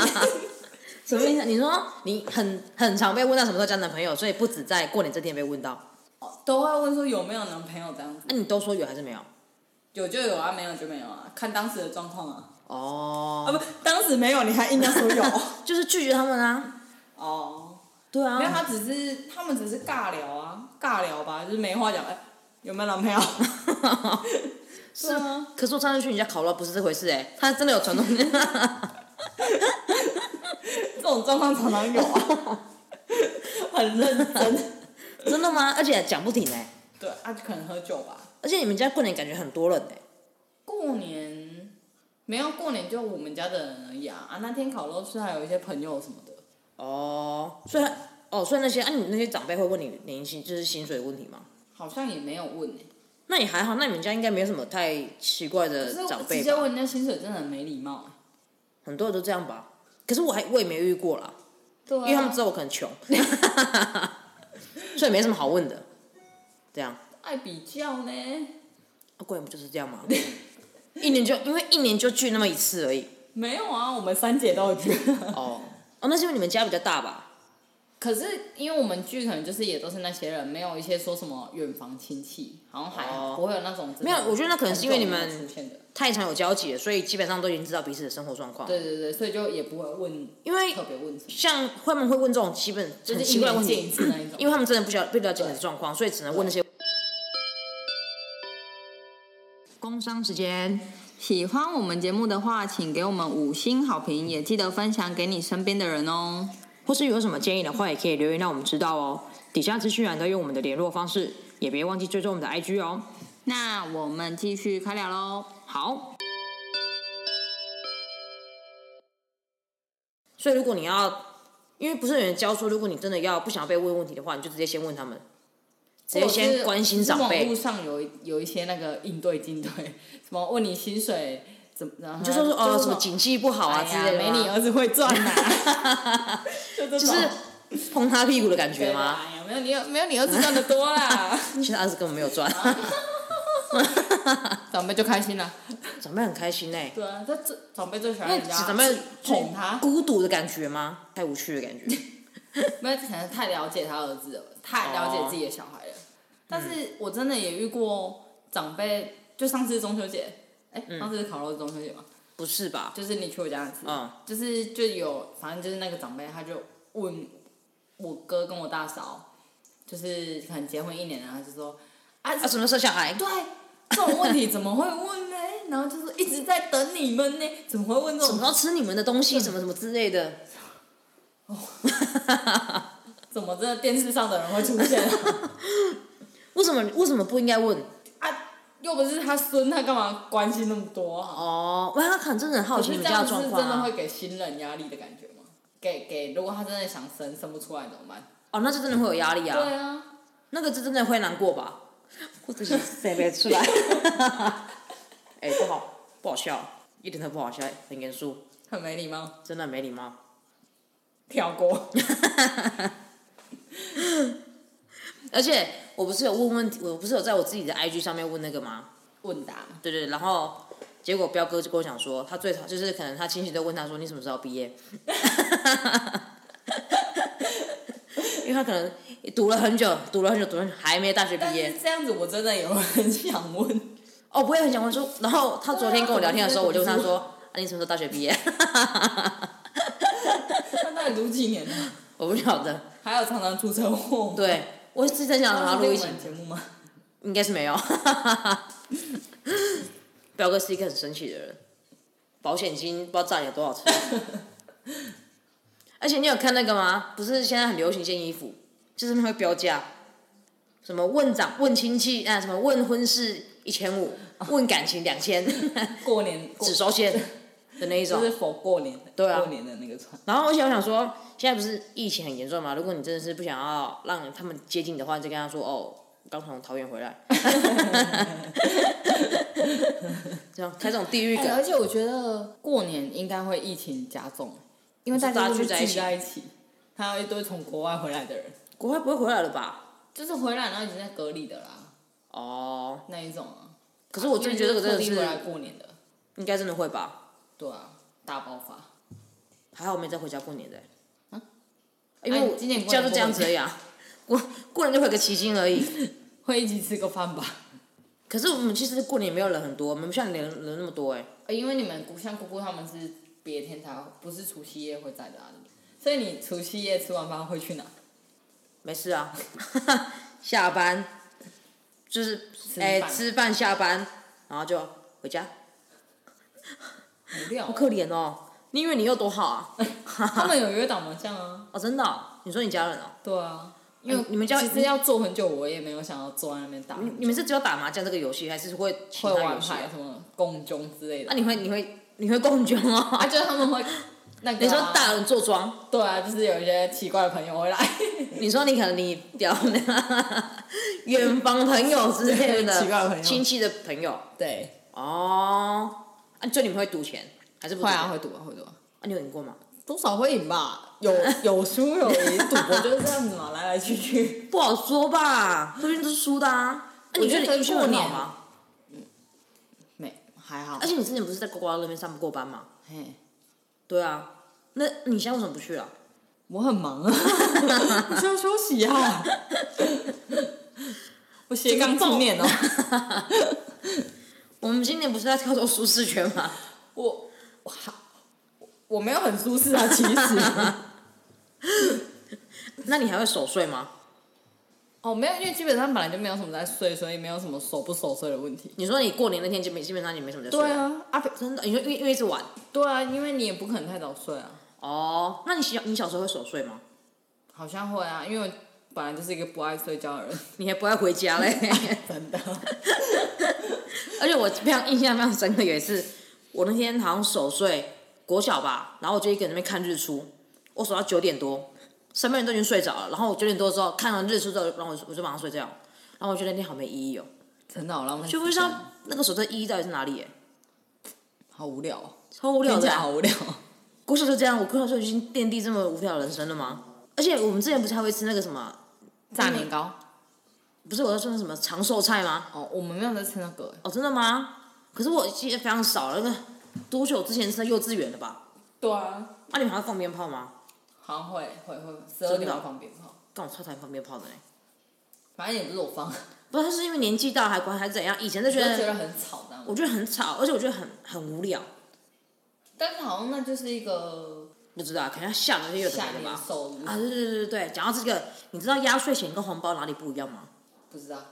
[SPEAKER 1] 什么意思？你说你很很常被问到什么时候交男朋友，所以不止在过年这天被问到。
[SPEAKER 2] [laughs] 都会问说有没有男朋友这样子，
[SPEAKER 1] 那、你都说有还是没有？
[SPEAKER 2] 有就有啊，没有就没有啊，看当时的状况啊。啊
[SPEAKER 1] 哦，
[SPEAKER 2] 不，当时没有，你还硬要说有。
[SPEAKER 1] 就是拒绝他们啊。
[SPEAKER 2] [laughs] 哦，
[SPEAKER 1] 对
[SPEAKER 2] 没有，
[SPEAKER 1] 啊，
[SPEAKER 2] 他只是他们只是尬聊啊，尬聊吧，就是没话讲。哎、有没有男朋友？ [laughs] 是吗？
[SPEAKER 1] 可是我上次去你家烤肉不是这回事哎、他真的有传统。 [laughs]
[SPEAKER 2] 啊这种状况常常有啊， [laughs] 很认 [laughs] 真。
[SPEAKER 1] 真的吗？而且讲不停哎、
[SPEAKER 2] 对，啊，就可能喝酒吧。
[SPEAKER 1] 而且你们家过年感觉很多人哎、
[SPEAKER 2] 过年没有过年，就我们家的人而已啊。啊，那天烤肉是还有一些朋友什么的。
[SPEAKER 1] 哦，虽然哦，虽然那些啊，你那些长辈会问你年薪就是薪水的问题吗？
[SPEAKER 2] 好像也没有问欸诶、
[SPEAKER 1] 那也还好，那你们家应该没有什么太奇怪的
[SPEAKER 2] 可
[SPEAKER 1] 长
[SPEAKER 2] 是
[SPEAKER 1] 辈
[SPEAKER 2] 直接
[SPEAKER 1] 吧？
[SPEAKER 2] 问人家薪水真的很没礼貌、欸。
[SPEAKER 1] 很多人都这样吧。可是我还我也没遇过啦，
[SPEAKER 2] 对、啊，
[SPEAKER 1] 因为他们知道我可能穷， [laughs] 所以没什么好问的。这样，
[SPEAKER 2] 爱比较呢。
[SPEAKER 1] 啊过年不就是这样吗？一年就因为一年就聚那么一次而已。
[SPEAKER 2] 没有啊，我们三姐都有去。
[SPEAKER 1] 哦哦，那是因为你们家比较大吧？
[SPEAKER 2] 可是因为我们剧可能就是也都是那些人，没有一些说什么远房亲戚，好像还好
[SPEAKER 1] 哦
[SPEAKER 2] 不会有那种真的
[SPEAKER 1] 没有我觉得那可能是因为你们
[SPEAKER 2] 很久没有出现的。
[SPEAKER 1] 太常有交集了，所以基本上都已经知道彼此的生活状况。
[SPEAKER 2] 对对对，所以就也不会问
[SPEAKER 1] 因为
[SPEAKER 2] 特别问什么，
[SPEAKER 1] 像他们会问这种基本
[SPEAKER 2] 就
[SPEAKER 1] 很
[SPEAKER 2] 是一
[SPEAKER 1] 奇怪的问
[SPEAKER 2] 年见
[SPEAKER 1] 题
[SPEAKER 2] 一，次那一种。
[SPEAKER 1] 因为他们真的不晓不了解你的状况，所以只能问那些。工商时间，
[SPEAKER 2] 喜欢我们节目的话，请给我们五星好评，也记得分享给你身边的人哦。
[SPEAKER 1] 或是有什么建议的话，也可以留言让我们知道哦。底下资讯栏都有我们的联络方式，也别忘记追踪我们的 IG 哦。
[SPEAKER 2] 那我们继续开聊喽。
[SPEAKER 1] 好。所以如果你要，因为不是有人教说，如果你真的要不想要被问问题的话，你就直接先问他们，直接先关心长
[SPEAKER 2] 或者是网
[SPEAKER 1] 辈
[SPEAKER 2] 络。上有一有一些那个应对进退，什么问你薪水怎么，然后
[SPEAKER 1] 你就说说
[SPEAKER 2] 就
[SPEAKER 1] 哦
[SPEAKER 2] 是
[SPEAKER 1] 什么景气不好啊
[SPEAKER 2] 哎
[SPEAKER 1] 之
[SPEAKER 2] 呀
[SPEAKER 1] 类的
[SPEAKER 2] 没
[SPEAKER 1] 吗
[SPEAKER 2] 你儿子会赚
[SPEAKER 1] [laughs]
[SPEAKER 2] 呐，就这
[SPEAKER 1] 就
[SPEAKER 2] 种
[SPEAKER 1] 是碰他屁股的感觉
[SPEAKER 2] 对吧
[SPEAKER 1] 吗？
[SPEAKER 2] 哎呀没有你儿没有你儿子赚的多啦，
[SPEAKER 1] 其实儿子根本没有赚，
[SPEAKER 2] [laughs] 长辈就开心了。
[SPEAKER 1] [laughs] 长辈很开心欸呢、
[SPEAKER 2] 对啊，这这长辈最喜欢
[SPEAKER 1] 因为
[SPEAKER 2] 人家
[SPEAKER 1] 长辈
[SPEAKER 2] 捧他，
[SPEAKER 1] 孤独的感觉吗？太无趣的感
[SPEAKER 2] [laughs]
[SPEAKER 1] 觉。
[SPEAKER 2] 没有可能太了解他儿子了，太了解自己的小孩了。但
[SPEAKER 1] 嗯
[SPEAKER 2] 是我真的也遇过长辈，就上次中秋节，哎，
[SPEAKER 1] 嗯
[SPEAKER 2] 上次是烤肉中秋节嘛，
[SPEAKER 1] 不是吧？
[SPEAKER 2] 就是你去我家吃，
[SPEAKER 1] 嗯
[SPEAKER 2] 就是就有，反正就是那个长辈，他就问我哥跟我大嫂，就是可能结婚一年了，他就说啊，
[SPEAKER 1] 啊，什么时候小孩？
[SPEAKER 2] 对这种问题怎么会问呢？然后就是一直在等你们呢，怎么会问这
[SPEAKER 1] 什么时
[SPEAKER 2] 种？
[SPEAKER 1] 候吃你们的东
[SPEAKER 2] 嗯
[SPEAKER 1] 西？什么什么之类的。
[SPEAKER 2] 怎么这电视上的人会出 [laughs] 现啊？
[SPEAKER 1] 为什么为什么不应该问？
[SPEAKER 2] 啊又不是他孙，他干嘛关心那么多啊？
[SPEAKER 1] 哦，哇，他可能真的很好
[SPEAKER 2] 可
[SPEAKER 1] 奇你
[SPEAKER 2] 是
[SPEAKER 1] 们
[SPEAKER 2] 这
[SPEAKER 1] 家
[SPEAKER 2] 样
[SPEAKER 1] 的
[SPEAKER 2] 子
[SPEAKER 1] 状
[SPEAKER 2] 真
[SPEAKER 1] 况
[SPEAKER 2] 的
[SPEAKER 1] 啊。
[SPEAKER 2] 会给新人压力的感觉吗？给给，如果他真的想生生不出来怎么办？
[SPEAKER 1] 哦，那就真的会有压力啊，
[SPEAKER 2] 对啊，
[SPEAKER 1] 那个就真的会难过
[SPEAKER 2] [laughs]
[SPEAKER 1] 吧？我自己塞不出来。 [laughs] 哎，不好，不好笑，一点都不好笑，很严肃，
[SPEAKER 2] 很没礼貌。
[SPEAKER 1] 真的很没礼貌。
[SPEAKER 2] 跳过。
[SPEAKER 1] 而且我不是有问问题，我不是有在我自己的 IG 上面问那个吗？
[SPEAKER 2] 问答，
[SPEAKER 1] 对对，然后结果彪哥就跟我讲说，他最讨就是可能他亲戚都问他说你什么时候毕业， [laughs] 因为他可能读了很久，读了很久，读了很久还没大学
[SPEAKER 2] 但
[SPEAKER 1] 毕业
[SPEAKER 2] 是。这样子我真的有很想问，
[SPEAKER 1] 哦，我也很想问说，然后他昨天跟我聊天的时候，我就
[SPEAKER 2] 对啊
[SPEAKER 1] 问他说，啊你什么时候大学毕业？[laughs]
[SPEAKER 2] [laughs] 他到底读几年了？
[SPEAKER 1] 我不晓得，
[SPEAKER 2] 还有常常出车祸，，
[SPEAKER 1] 对我是真想找他录一集，
[SPEAKER 2] 节目吗？
[SPEAKER 1] 应该是没有。 [laughs] 彪哥是一个很神奇的人，保险金不知道占了多少钱。 [laughs] 而且你有看那个吗？不是现在很流行一件衣服，就是那会标价，什么问长问亲戚啊，什么问婚事一千五，问感情两千， [laughs]
[SPEAKER 2] 过年过
[SPEAKER 1] 只收钱的那一种
[SPEAKER 2] 就。是否过年的，
[SPEAKER 1] 对啊
[SPEAKER 2] 过年的那个穿，
[SPEAKER 1] 然后而且我想说，现在不是疫情很严重嘛？如果你真的是不想要让他们接近的话，你就跟他说哦，刚从桃园回来， [laughs] 这样开这种地狱
[SPEAKER 2] 哎
[SPEAKER 1] 梗，
[SPEAKER 2] 而且我觉得过年应该会疫情加重，因为大家
[SPEAKER 1] 大家
[SPEAKER 2] 都
[SPEAKER 1] 聚
[SPEAKER 2] 聚
[SPEAKER 1] 在一起
[SPEAKER 2] 在一起，还有一堆从国外回来的人，
[SPEAKER 1] 国外不会回来了吧？
[SPEAKER 2] 就是回来然后已经在隔离的啦，
[SPEAKER 1] 哦，
[SPEAKER 2] 那一种啊。
[SPEAKER 1] 可是我真的觉得这个真的
[SPEAKER 2] 因为就是特地回
[SPEAKER 1] 是
[SPEAKER 2] 来过年的，
[SPEAKER 1] 应该真的会吧？
[SPEAKER 2] 对啊，大爆发。
[SPEAKER 1] 还好我没再回家过年的、欸
[SPEAKER 2] 啊
[SPEAKER 1] 因为
[SPEAKER 2] 哎
[SPEAKER 1] 我
[SPEAKER 2] 今年过
[SPEAKER 1] 家
[SPEAKER 2] 年
[SPEAKER 1] 就这样子而已啊，过过年就回个奇经而已。
[SPEAKER 2] 会一起吃个饭吧？ [laughs]
[SPEAKER 1] 可是我们其实过年没有人很多，我们不像人人那么多哎、
[SPEAKER 2] 呃因为你们姑像姑姑他们是别天才，不是除夕夜会在的啊，对不对所以你除夕夜吃完饭会去哪？
[SPEAKER 1] 没事啊， [laughs] 下班就是
[SPEAKER 2] 吃
[SPEAKER 1] 哎、
[SPEAKER 2] 饭
[SPEAKER 1] 吃饭下班，然后就回家，
[SPEAKER 2] 无聊
[SPEAKER 1] 好
[SPEAKER 2] 啊、
[SPEAKER 1] 可怜哦。你以为你有多好
[SPEAKER 2] [laughs]
[SPEAKER 1] 啊？
[SPEAKER 2] 他们有约打麻将啊，
[SPEAKER 1] 哦，真的哦、你说你家人哦？
[SPEAKER 2] 对啊，因为
[SPEAKER 1] 你们家
[SPEAKER 2] 其实要做很久，我也没有想要坐在那边打，
[SPEAKER 1] 你你们是只有打麻将这个游戏，还是会其
[SPEAKER 2] 会
[SPEAKER 1] 他
[SPEAKER 2] 玩
[SPEAKER 1] 游戏、
[SPEAKER 2] 牌
[SPEAKER 1] 啊？
[SPEAKER 2] 什么共中之类
[SPEAKER 1] 那、
[SPEAKER 2] 的，
[SPEAKER 1] 你会你会你会共军哦？
[SPEAKER 2] [laughs] 啊，就是他们会那个、啊
[SPEAKER 1] 你说大？人坐庄，
[SPEAKER 2] 对啊，就是有一些奇怪的朋友会来，
[SPEAKER 1] 你说你可能你屌那 [laughs] 远房朋友之类的
[SPEAKER 2] [laughs] 奇怪的朋友
[SPEAKER 1] 亲戚的朋友
[SPEAKER 2] [laughs] 对，
[SPEAKER 1] 哦，啊，就你们会赌钱还是不赌
[SPEAKER 2] 会
[SPEAKER 1] 钱？
[SPEAKER 2] 啊，会赌啊，会赌啊，
[SPEAKER 1] 啊，你有赢过吗？
[SPEAKER 2] 多少会赢吧， [laughs] 有有输有赢，赌博就是这样子嘛，来来去去。 [laughs]
[SPEAKER 1] 不好说吧，说不定都是输的啊。那、你
[SPEAKER 2] 我觉
[SPEAKER 1] 觉
[SPEAKER 2] 得
[SPEAKER 1] 得你运气
[SPEAKER 2] 过
[SPEAKER 1] 很
[SPEAKER 2] 年
[SPEAKER 1] 好吗？
[SPEAKER 2] 没还好
[SPEAKER 1] 而，且你之前不是在呱呱那边上过班吗？
[SPEAKER 2] 嘿，
[SPEAKER 1] 对啊，那你现在为什么不去啊？
[SPEAKER 2] 我很忙 [laughs] 啊，我需要休息 [laughs] 啊。我斜杠青年哦，
[SPEAKER 1] 我们今年不是在跳脱舒适圈吗？
[SPEAKER 2] 我我好，我没有很舒适啊，其 [laughs] 实
[SPEAKER 1] [laughs] 那你还会守岁吗？
[SPEAKER 2] 哦，没有，因为基本上本来就没有什么在睡，所以没有什么守不守睡的问题。
[SPEAKER 1] 你说你过年那天基本基本上你没什么在睡，
[SPEAKER 2] 对啊，啊，
[SPEAKER 1] 真的，你说因为因为一直玩
[SPEAKER 2] 对啊，因为你也不可能太早睡啊，
[SPEAKER 1] 哦。那你小你小时候会守岁吗？
[SPEAKER 2] 好像会啊，因为我本来就是一个不爱睡觉的人， [laughs]
[SPEAKER 1] 你还不爱回家 [laughs] 嘞？
[SPEAKER 2] 真的。
[SPEAKER 1] 而且我非常印象非常深刻，有一次我那天好像守岁国小吧，然后我就一个人在那边看日出，我守到九点多，身边人都已经睡着了，然后我九点多的时候看完日出之后，然后我就我就马上睡觉，然后我觉得那天好没意义哦，
[SPEAKER 2] 真的好浪费时间，
[SPEAKER 1] 就不知道那个守岁意义到底是哪里耶，
[SPEAKER 2] 好无聊哦，
[SPEAKER 1] 超无聊
[SPEAKER 2] 听起
[SPEAKER 1] 的
[SPEAKER 2] 来
[SPEAKER 1] 啊。
[SPEAKER 2] 好无
[SPEAKER 1] [laughs]
[SPEAKER 2] 聊哦。
[SPEAKER 1] 国小就这样，我国小就已经奠定这么无聊的人生了吗？而且我们之前不是还会吃那个什么，
[SPEAKER 2] 炸年糕
[SPEAKER 1] 不是我在说那什么长寿菜吗？
[SPEAKER 2] 哦，我们没有在吃那个欸，
[SPEAKER 1] 哦，真的吗？可是我记得非常少了，那个多久之前是在幼稚园的吧？
[SPEAKER 2] 对啊，
[SPEAKER 1] 啊，你们还会放鞭炮吗？
[SPEAKER 2] 好像会会会，十二
[SPEAKER 1] 真
[SPEAKER 2] 点
[SPEAKER 1] 的哦
[SPEAKER 2] 会放鞭炮，
[SPEAKER 1] 干我超讨厌放鞭炮的嘞！
[SPEAKER 2] 反正也不是
[SPEAKER 1] [laughs]
[SPEAKER 2] 我放，
[SPEAKER 1] 不是，是因为年纪大还管还是怎样？以前就
[SPEAKER 2] 我就
[SPEAKER 1] 觉
[SPEAKER 2] 觉
[SPEAKER 1] 得，
[SPEAKER 2] 得很吵这样
[SPEAKER 1] 我。觉得很吵，而且我觉得很很无聊。
[SPEAKER 2] 但是好像那就是一个
[SPEAKER 1] 不知道，可能要下了就有的
[SPEAKER 2] 夏
[SPEAKER 1] 没的
[SPEAKER 2] 年
[SPEAKER 1] 吧。
[SPEAKER 2] 收入，
[SPEAKER 1] 啊，对对对对对，讲到这个，你知道压岁钱跟红包哪里不一样吗？
[SPEAKER 2] 不知道。
[SPEAKER 1] 啊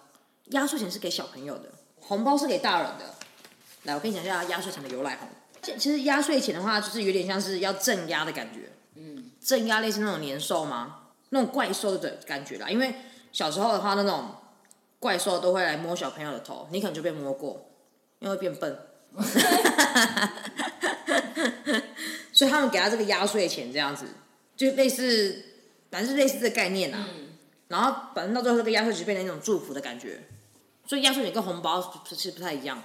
[SPEAKER 1] 压岁钱是给小朋友的，红包是给大人的。来，我跟你讲一下压岁钱的由来哈。其其实压岁钱的话，就是有点像是要镇压的感觉。
[SPEAKER 2] 嗯，
[SPEAKER 1] 镇压类似那种年兽吗？那种怪兽的感觉啦。因为小时候的话，那种怪兽都会来摸小朋友的头，你可能就被摸过，因为会变笨。 [laughs] 所以他们给他这个压岁钱，这样子就类似，反正是类似这个概念啊。
[SPEAKER 2] 嗯
[SPEAKER 1] 然后反正到最后，这个压岁钱变成一种祝福的感觉。所以压岁钱跟红包其实不太一样，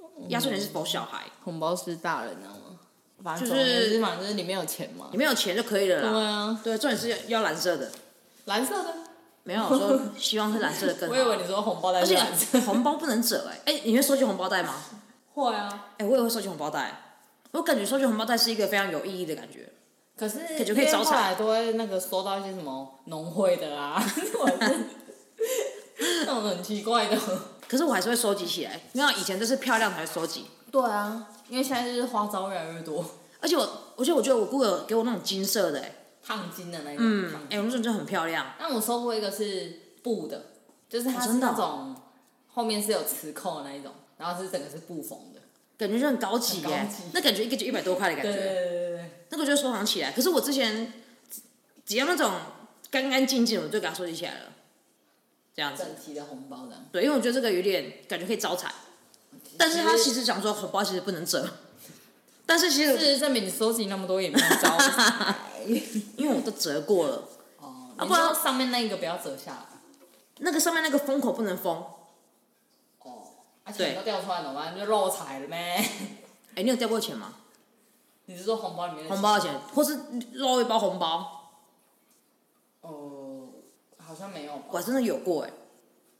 [SPEAKER 2] 嗯
[SPEAKER 1] 压岁钱是否小孩，
[SPEAKER 2] 红包是大人的吗？反正
[SPEAKER 1] 就
[SPEAKER 2] 就是是反正就是里面有钱嘛
[SPEAKER 1] 你。没有钱就可以了
[SPEAKER 2] 对
[SPEAKER 1] 啦。
[SPEAKER 2] 啊，
[SPEAKER 1] 对，重点是要蓝色的。
[SPEAKER 2] 蓝色的。
[SPEAKER 1] 没有，我说希望是蓝色的更 [laughs]
[SPEAKER 2] 我以
[SPEAKER 1] 好。
[SPEAKER 2] 为你说红包袋
[SPEAKER 1] 而
[SPEAKER 2] 是
[SPEAKER 1] 且 [laughs]
[SPEAKER 2] 蓝色。
[SPEAKER 1] 红包不能折哎、 [laughs] 哎、你会收集红包袋吗？
[SPEAKER 2] 会啊，
[SPEAKER 1] 哎、我也会收集红包袋，我感觉收集红包袋是一个非常有意义的感觉。
[SPEAKER 2] 可是
[SPEAKER 1] 可就
[SPEAKER 2] 因
[SPEAKER 1] 可以
[SPEAKER 2] 为
[SPEAKER 1] 招
[SPEAKER 2] 后
[SPEAKER 1] 财
[SPEAKER 2] 来都会那个收到一些什么农会的啊， [laughs] 或者是那种很奇怪的。
[SPEAKER 1] 可是我还是会收集起来，因为以前都是漂亮才会收集，
[SPEAKER 2] 对啊，因为现在就是花招越来越多。
[SPEAKER 1] 而且我，而且我觉得我姑姑有给我那种金色的哎、
[SPEAKER 2] 烫金的那种。
[SPEAKER 1] 嗯，
[SPEAKER 2] 烫
[SPEAKER 1] 哎、
[SPEAKER 2] 金
[SPEAKER 1] 我那种就很漂亮，
[SPEAKER 2] 那我收过一个是布的，就是它
[SPEAKER 1] 哦
[SPEAKER 2] 是
[SPEAKER 1] 真的哦
[SPEAKER 2] 那种、后面是有磁扣的那一种，然后是整个是布缝的。
[SPEAKER 1] 感觉就很高级
[SPEAKER 2] 很
[SPEAKER 1] 哎、
[SPEAKER 2] 高级
[SPEAKER 1] 那感觉一个就一百多块的感
[SPEAKER 2] 对对
[SPEAKER 1] 觉，
[SPEAKER 2] 对对对。
[SPEAKER 1] 那个就收藏起来。可是我之前只只要那种干干净净，我就给它收集起来了，这样子。
[SPEAKER 2] 整齐的红包这样。
[SPEAKER 1] 对，因为我觉得这个有点感觉可以招财，但是他其
[SPEAKER 2] 实
[SPEAKER 1] 实讲说红包其实不能折，但是其实
[SPEAKER 2] 事实证明你收集那么多也没有 [laughs] 招财。
[SPEAKER 1] 因为我都折过了，
[SPEAKER 2] 哦，
[SPEAKER 1] 啊
[SPEAKER 2] 你
[SPEAKER 1] 不然
[SPEAKER 2] 说上面那一个不要折下来。
[SPEAKER 1] 那个上面那个封口不能封。
[SPEAKER 2] 哦，而且都掉出来怎么办？就漏财了咩？ [laughs]
[SPEAKER 1] 哎，你有掉过钱吗？
[SPEAKER 2] 你是说红包里面的
[SPEAKER 1] 红？包的钱，或是捞一包红包，
[SPEAKER 2] 哦，好像没有吧。
[SPEAKER 1] 我还真的有过哎、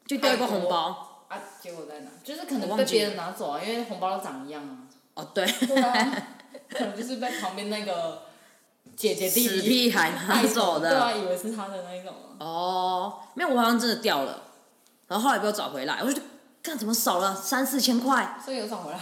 [SPEAKER 1] 就掉一包
[SPEAKER 2] 太多
[SPEAKER 1] 红包，
[SPEAKER 2] 啊，结果在哪？就是可
[SPEAKER 1] 我
[SPEAKER 2] 能
[SPEAKER 1] 忘
[SPEAKER 2] 被
[SPEAKER 1] 记
[SPEAKER 2] 别人拿走啊，因为红包都长一样
[SPEAKER 1] [laughs]
[SPEAKER 2] 啊。
[SPEAKER 1] 哦，对，
[SPEAKER 2] 对啊，可能就是被旁边那个姐姐弟
[SPEAKER 1] 死 [laughs]
[SPEAKER 2] 弟
[SPEAKER 1] 屁孩拿走
[SPEAKER 2] 对
[SPEAKER 1] 的。
[SPEAKER 2] 啊，以为是他的那一种啊。
[SPEAKER 1] 哦，没有，我好像真的掉了，然后后来被我找回来，我就觉得干怎么少了三四千块，
[SPEAKER 2] 啊所以有找回来。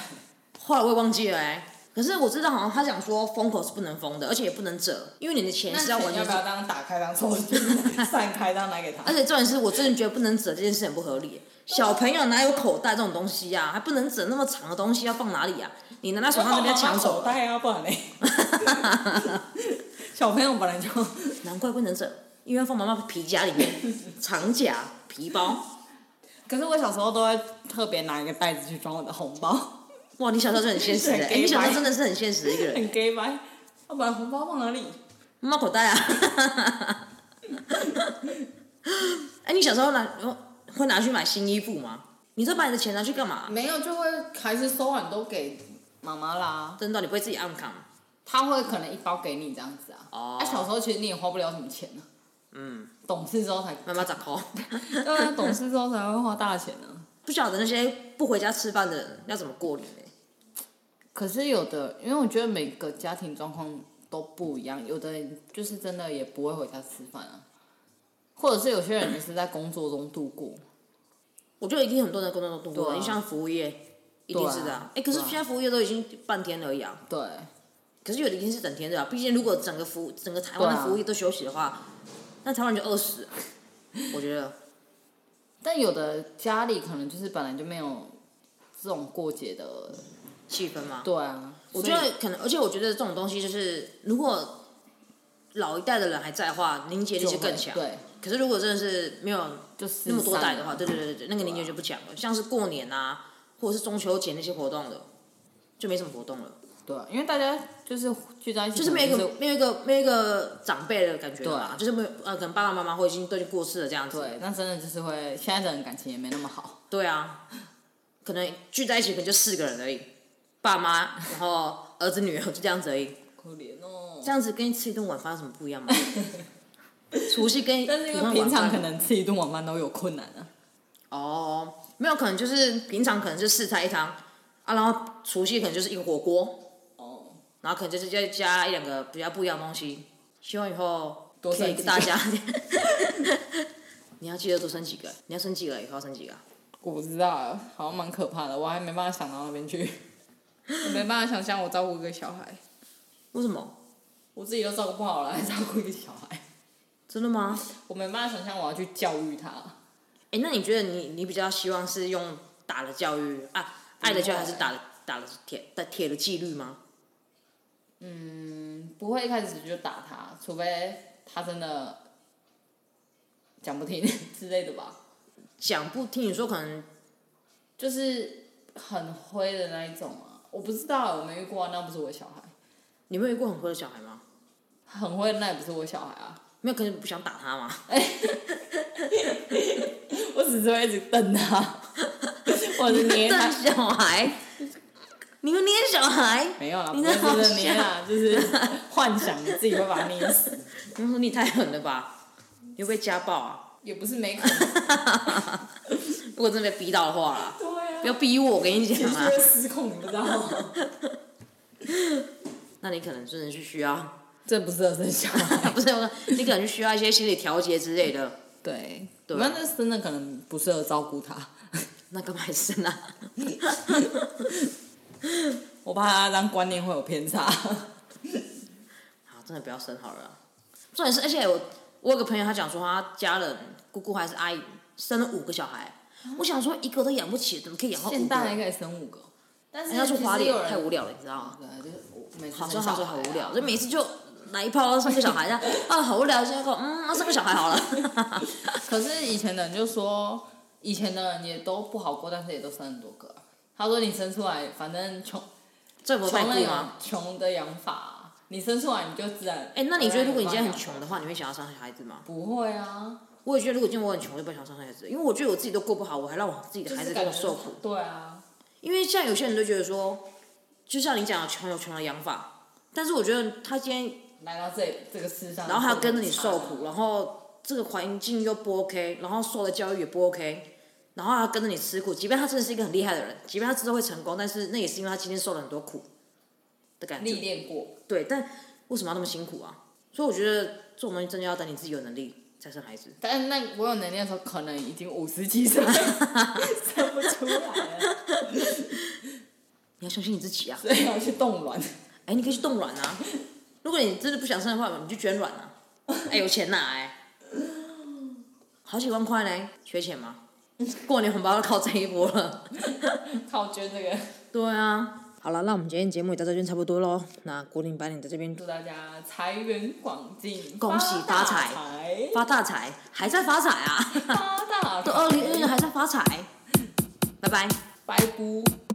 [SPEAKER 1] 后来我也忘记了哎、可是我知道，好像他讲说封口是不能封的，而且也不能折，因为你的钱
[SPEAKER 2] 那
[SPEAKER 1] 是要
[SPEAKER 2] 钱
[SPEAKER 1] 完全
[SPEAKER 2] 要
[SPEAKER 1] 是
[SPEAKER 2] 不要当打开当抽屉，散开当拿给他
[SPEAKER 1] [laughs] 而？且重点是我真的觉得不能折这件事很不合
[SPEAKER 2] 啊
[SPEAKER 1] 理。小朋友哪有口袋这种东西呀、还不能折那么长的东西，要啊放哪里呀、你拿在手上被人家抢
[SPEAKER 2] 手
[SPEAKER 1] 走，
[SPEAKER 2] 袋啊，不然嘞。
[SPEAKER 1] [laughs]
[SPEAKER 2] 小朋友本来就
[SPEAKER 1] 难怪不能折，因为要放妈妈皮夹里面，
[SPEAKER 2] [laughs]
[SPEAKER 1] 长夹皮包。
[SPEAKER 2] 可是我小时候都会特别拿一个袋子去装我的红包，
[SPEAKER 1] 哇，你小时候真的很
[SPEAKER 2] [laughs]
[SPEAKER 1] 现实哎、
[SPEAKER 2] 很 gay
[SPEAKER 1] 你小时候真的是很现实的一个
[SPEAKER 2] [laughs]
[SPEAKER 1] 人，
[SPEAKER 2] 很 gay 白。要不然红包放哪里？
[SPEAKER 1] 妈妈口袋啊。
[SPEAKER 2] [laughs]
[SPEAKER 1] 哎、你小时候拿会拿去买新衣服吗？你都把你的钱拿去干嘛？
[SPEAKER 2] 没有，就会还是收完都给妈妈啦。
[SPEAKER 1] 真的，你不会自己暗扛？
[SPEAKER 2] 她会可能一包给你这样子啊。
[SPEAKER 1] 哦
[SPEAKER 2] 啊，小时候其实你也花不了什么钱呢、啊
[SPEAKER 1] 嗯，
[SPEAKER 2] 懂事之后才，
[SPEAKER 1] 妈妈咋抠？
[SPEAKER 2] 对啊，懂事之后才会花大钱呢、
[SPEAKER 1] [laughs]
[SPEAKER 2] 啊
[SPEAKER 1] 不晓得那些不回家吃饭的人要怎么过年、欸
[SPEAKER 2] 可是有的，因为我觉得每个家庭状况都不一样，有的人就是真的也不会回家吃饭啊，或者是有些人就是在工作中度过。
[SPEAKER 1] 我觉得一定很多人工作都度过，
[SPEAKER 2] 对啊
[SPEAKER 1] 你、像服务业，一定是的、
[SPEAKER 2] 对
[SPEAKER 1] 啊
[SPEAKER 2] 啊。
[SPEAKER 1] 哎、可是
[SPEAKER 2] 对啊
[SPEAKER 1] 现在服务业都已经半天而已啊，
[SPEAKER 2] 对，
[SPEAKER 1] 可是有的已经是整天的啊。毕竟如果整个服整个台湾
[SPEAKER 2] 对
[SPEAKER 1] 的
[SPEAKER 2] 啊
[SPEAKER 1] 服务业都休息的话，那台湾人就饿死了。我觉得
[SPEAKER 2] 但有的家里可能就是本来就没有这种过节的，
[SPEAKER 1] 气氛嘛，
[SPEAKER 2] 对啊，
[SPEAKER 1] 我
[SPEAKER 2] 所
[SPEAKER 1] 觉
[SPEAKER 2] 以
[SPEAKER 1] 得可能，而且我觉得这种东西就是，如果老一代的人还在的话，凝结力
[SPEAKER 2] 就
[SPEAKER 1] 就
[SPEAKER 2] 会
[SPEAKER 1] 更强。
[SPEAKER 2] 对，
[SPEAKER 1] 可是如果真的是没有
[SPEAKER 2] 就是
[SPEAKER 1] 那么多代的话，对对对对，那个凝
[SPEAKER 2] 啊
[SPEAKER 1] 结就不强了。像是过年啊，或者是中秋节那些活动的，就没什么活动了。
[SPEAKER 2] 对啊，因为大家就是聚在一起，
[SPEAKER 1] 就是没有一
[SPEAKER 2] 可能
[SPEAKER 1] 个没有一个没有一个长辈的感觉
[SPEAKER 2] 嗯对啊
[SPEAKER 1] 吧，就是没有呃，可能爸爸妈妈或已经都已经过世了这样子。
[SPEAKER 2] 对，那真的就是会现在的人感情也没那么好，
[SPEAKER 1] 对啊，可能聚在一起可能就四个人而已，爸妈，然后儿子女儿就这样子而已。
[SPEAKER 2] 可怜哦。
[SPEAKER 1] 这样子跟吃一顿晚饭有什么不一样吗？ [laughs] 除夕跟
[SPEAKER 2] 但是因
[SPEAKER 1] 普通的
[SPEAKER 2] 为平常
[SPEAKER 1] 晚
[SPEAKER 2] 可
[SPEAKER 1] 饭
[SPEAKER 2] 能吃一顿晚饭都有困难啊，
[SPEAKER 1] 哦，没有可能就是平常可能是四菜一汤啊，然后除夕可能就是一个火锅，
[SPEAKER 2] 哦，
[SPEAKER 1] 然后可能就是再加一两个比较不一样的东西。希望以后
[SPEAKER 2] 多
[SPEAKER 1] 可以
[SPEAKER 2] 生
[SPEAKER 1] 给
[SPEAKER 2] 几
[SPEAKER 1] 大
[SPEAKER 2] 个
[SPEAKER 1] 家， [laughs] 你要记得多生几个，你要生几个以后要生几个啊。
[SPEAKER 2] 我不知道啊，好像蛮可怕的，我还没办法想到那边去，我没办法想象我照顾一个小孩，
[SPEAKER 1] 为什么？
[SPEAKER 2] 我自己都照顾不好了，还照顾一个小孩，
[SPEAKER 1] 真的吗？
[SPEAKER 2] 我没办法想象我要去教育他。
[SPEAKER 1] 哎、那你觉得你你比较希望是用打的教育啊，爱的教育还是打的打的铁的铁的纪律吗？
[SPEAKER 2] 嗯，不会一开始就打他，除非他真的讲不听 [laughs] 之类的吧，
[SPEAKER 1] 讲不听，你说可能
[SPEAKER 2] 就是很灰的那一种啊，我不知道，我没遇过啊，那不是我小孩，
[SPEAKER 1] 你没有遇过很乖的小孩吗？
[SPEAKER 2] 很灰的那也不是我小孩啊，
[SPEAKER 1] 没有，可能你不想打他嘛。
[SPEAKER 2] 我只是会一直瞪
[SPEAKER 1] [laughs]
[SPEAKER 2] 他，或者是捏他
[SPEAKER 1] 瞪。小孩，你们捏小孩，
[SPEAKER 2] 没有啦，
[SPEAKER 1] 你
[SPEAKER 2] 不
[SPEAKER 1] 在
[SPEAKER 2] 是
[SPEAKER 1] 好
[SPEAKER 2] 真的捏啦，就是幻想你自己会把它捏死，
[SPEAKER 1] 他说你太狠了吧，你会不会家暴啊？
[SPEAKER 2] 也不是没可能。
[SPEAKER 1] 如果真的被逼到的话啦，不
[SPEAKER 2] 对
[SPEAKER 1] 要逼我，我跟你
[SPEAKER 2] 情
[SPEAKER 1] 讲
[SPEAKER 2] 绪
[SPEAKER 1] 啊
[SPEAKER 2] 会，失控，你不知道吗？
[SPEAKER 1] 那你可能真的是需要，
[SPEAKER 2] 这不适合生小孩。
[SPEAKER 1] 不是我说，你可能需要一些心理调节之类的。
[SPEAKER 2] 对，
[SPEAKER 1] 对
[SPEAKER 2] 那那真的可能不适合照顾他，
[SPEAKER 1] 那干嘛还生啊？
[SPEAKER 2] 我怕他当观念会有偏差。
[SPEAKER 1] 好，真的不要生好了啊。重点是，而且我我有个朋友，他讲说他家人姑姑还是阿姨生了五个小孩，我想说一个都养不起，怎么可以养到五
[SPEAKER 2] 现
[SPEAKER 1] 个？
[SPEAKER 2] 代还
[SPEAKER 1] 哎
[SPEAKER 2] 可以生五个，但是
[SPEAKER 1] 要去花
[SPEAKER 2] 其实
[SPEAKER 1] 莲
[SPEAKER 2] 有人
[SPEAKER 1] 太无聊了，你知道吗？
[SPEAKER 2] 对，就是我每次
[SPEAKER 1] 好说
[SPEAKER 2] 生
[SPEAKER 1] 好
[SPEAKER 2] 小
[SPEAKER 1] 说
[SPEAKER 2] 孩啊
[SPEAKER 1] 很无聊，就每次就来一炮生个小孩，
[SPEAKER 2] [laughs]
[SPEAKER 1] 这样啊好无聊，现在说嗯那生个小孩好了， [laughs]
[SPEAKER 2] 可是以前的人就说，以前的人也都不好过，但是也都生很多个啊。他说你生出来，反正穷
[SPEAKER 1] 这不太
[SPEAKER 2] 穷的
[SPEAKER 1] 酷吗？
[SPEAKER 2] 养穷的养法啊、你生出来你就自然。
[SPEAKER 1] 啊哎、那你觉得如果你今天很
[SPEAKER 2] 自然
[SPEAKER 1] 穷的话，你会想要生孩子吗？
[SPEAKER 2] 不会啊，
[SPEAKER 1] 我也觉得如果今天我很穷，我就不想生孩子，因为我觉得我自己都过不好，我还让我自己
[SPEAKER 2] 就
[SPEAKER 1] 的孩
[SPEAKER 2] 是
[SPEAKER 1] 子
[SPEAKER 2] 感
[SPEAKER 1] 跟
[SPEAKER 2] 觉
[SPEAKER 1] 我受苦。。
[SPEAKER 2] 对啊，
[SPEAKER 1] 因为像有些人都觉得说，就像你讲的，穷有穷的养法，但是我觉得他今天，
[SPEAKER 2] 来到这这个世上，
[SPEAKER 1] 然后哦还要跟着你受苦，然后这个环境又不 OK，然后受的教育也不 OK，然后他跟着你吃苦，即便他真的是一个很厉害的人，即便他之后会成功，但是那也是因为他今天受了很多苦的感
[SPEAKER 2] 历
[SPEAKER 1] 觉。
[SPEAKER 2] 练过，
[SPEAKER 1] 对，但为什么要那么辛苦啊？所以我觉得这种东西真的要等你自己有能力再生孩子。
[SPEAKER 2] 但是那我有能力的时候，可能已经五十几岁，生不出
[SPEAKER 1] [laughs]
[SPEAKER 2] 来了，
[SPEAKER 1] 你要相信你自己啊！
[SPEAKER 2] 所以要去冻卵。 [laughs]
[SPEAKER 1] 哎，你可以去冻卵啊。如果你真的不想生的话，你就捐卵啊。哎，有钱拿哎、好几万块呢，缺钱吗？过年红包要靠这一波了。
[SPEAKER 2] 靠捐这个，
[SPEAKER 1] 对啊。好了，那我们今天节目也到这边差不多喽。那国林白领在这边
[SPEAKER 2] 祝大家财源广进，
[SPEAKER 1] 恭喜
[SPEAKER 2] 发
[SPEAKER 1] 发
[SPEAKER 2] 大
[SPEAKER 1] 财
[SPEAKER 2] 财，
[SPEAKER 1] 发大财，还在发财啊！ [laughs]
[SPEAKER 2] 发大
[SPEAKER 1] 都
[SPEAKER 2] 财，
[SPEAKER 1] 二零二一还在发财，拜拜。
[SPEAKER 2] 拜拜。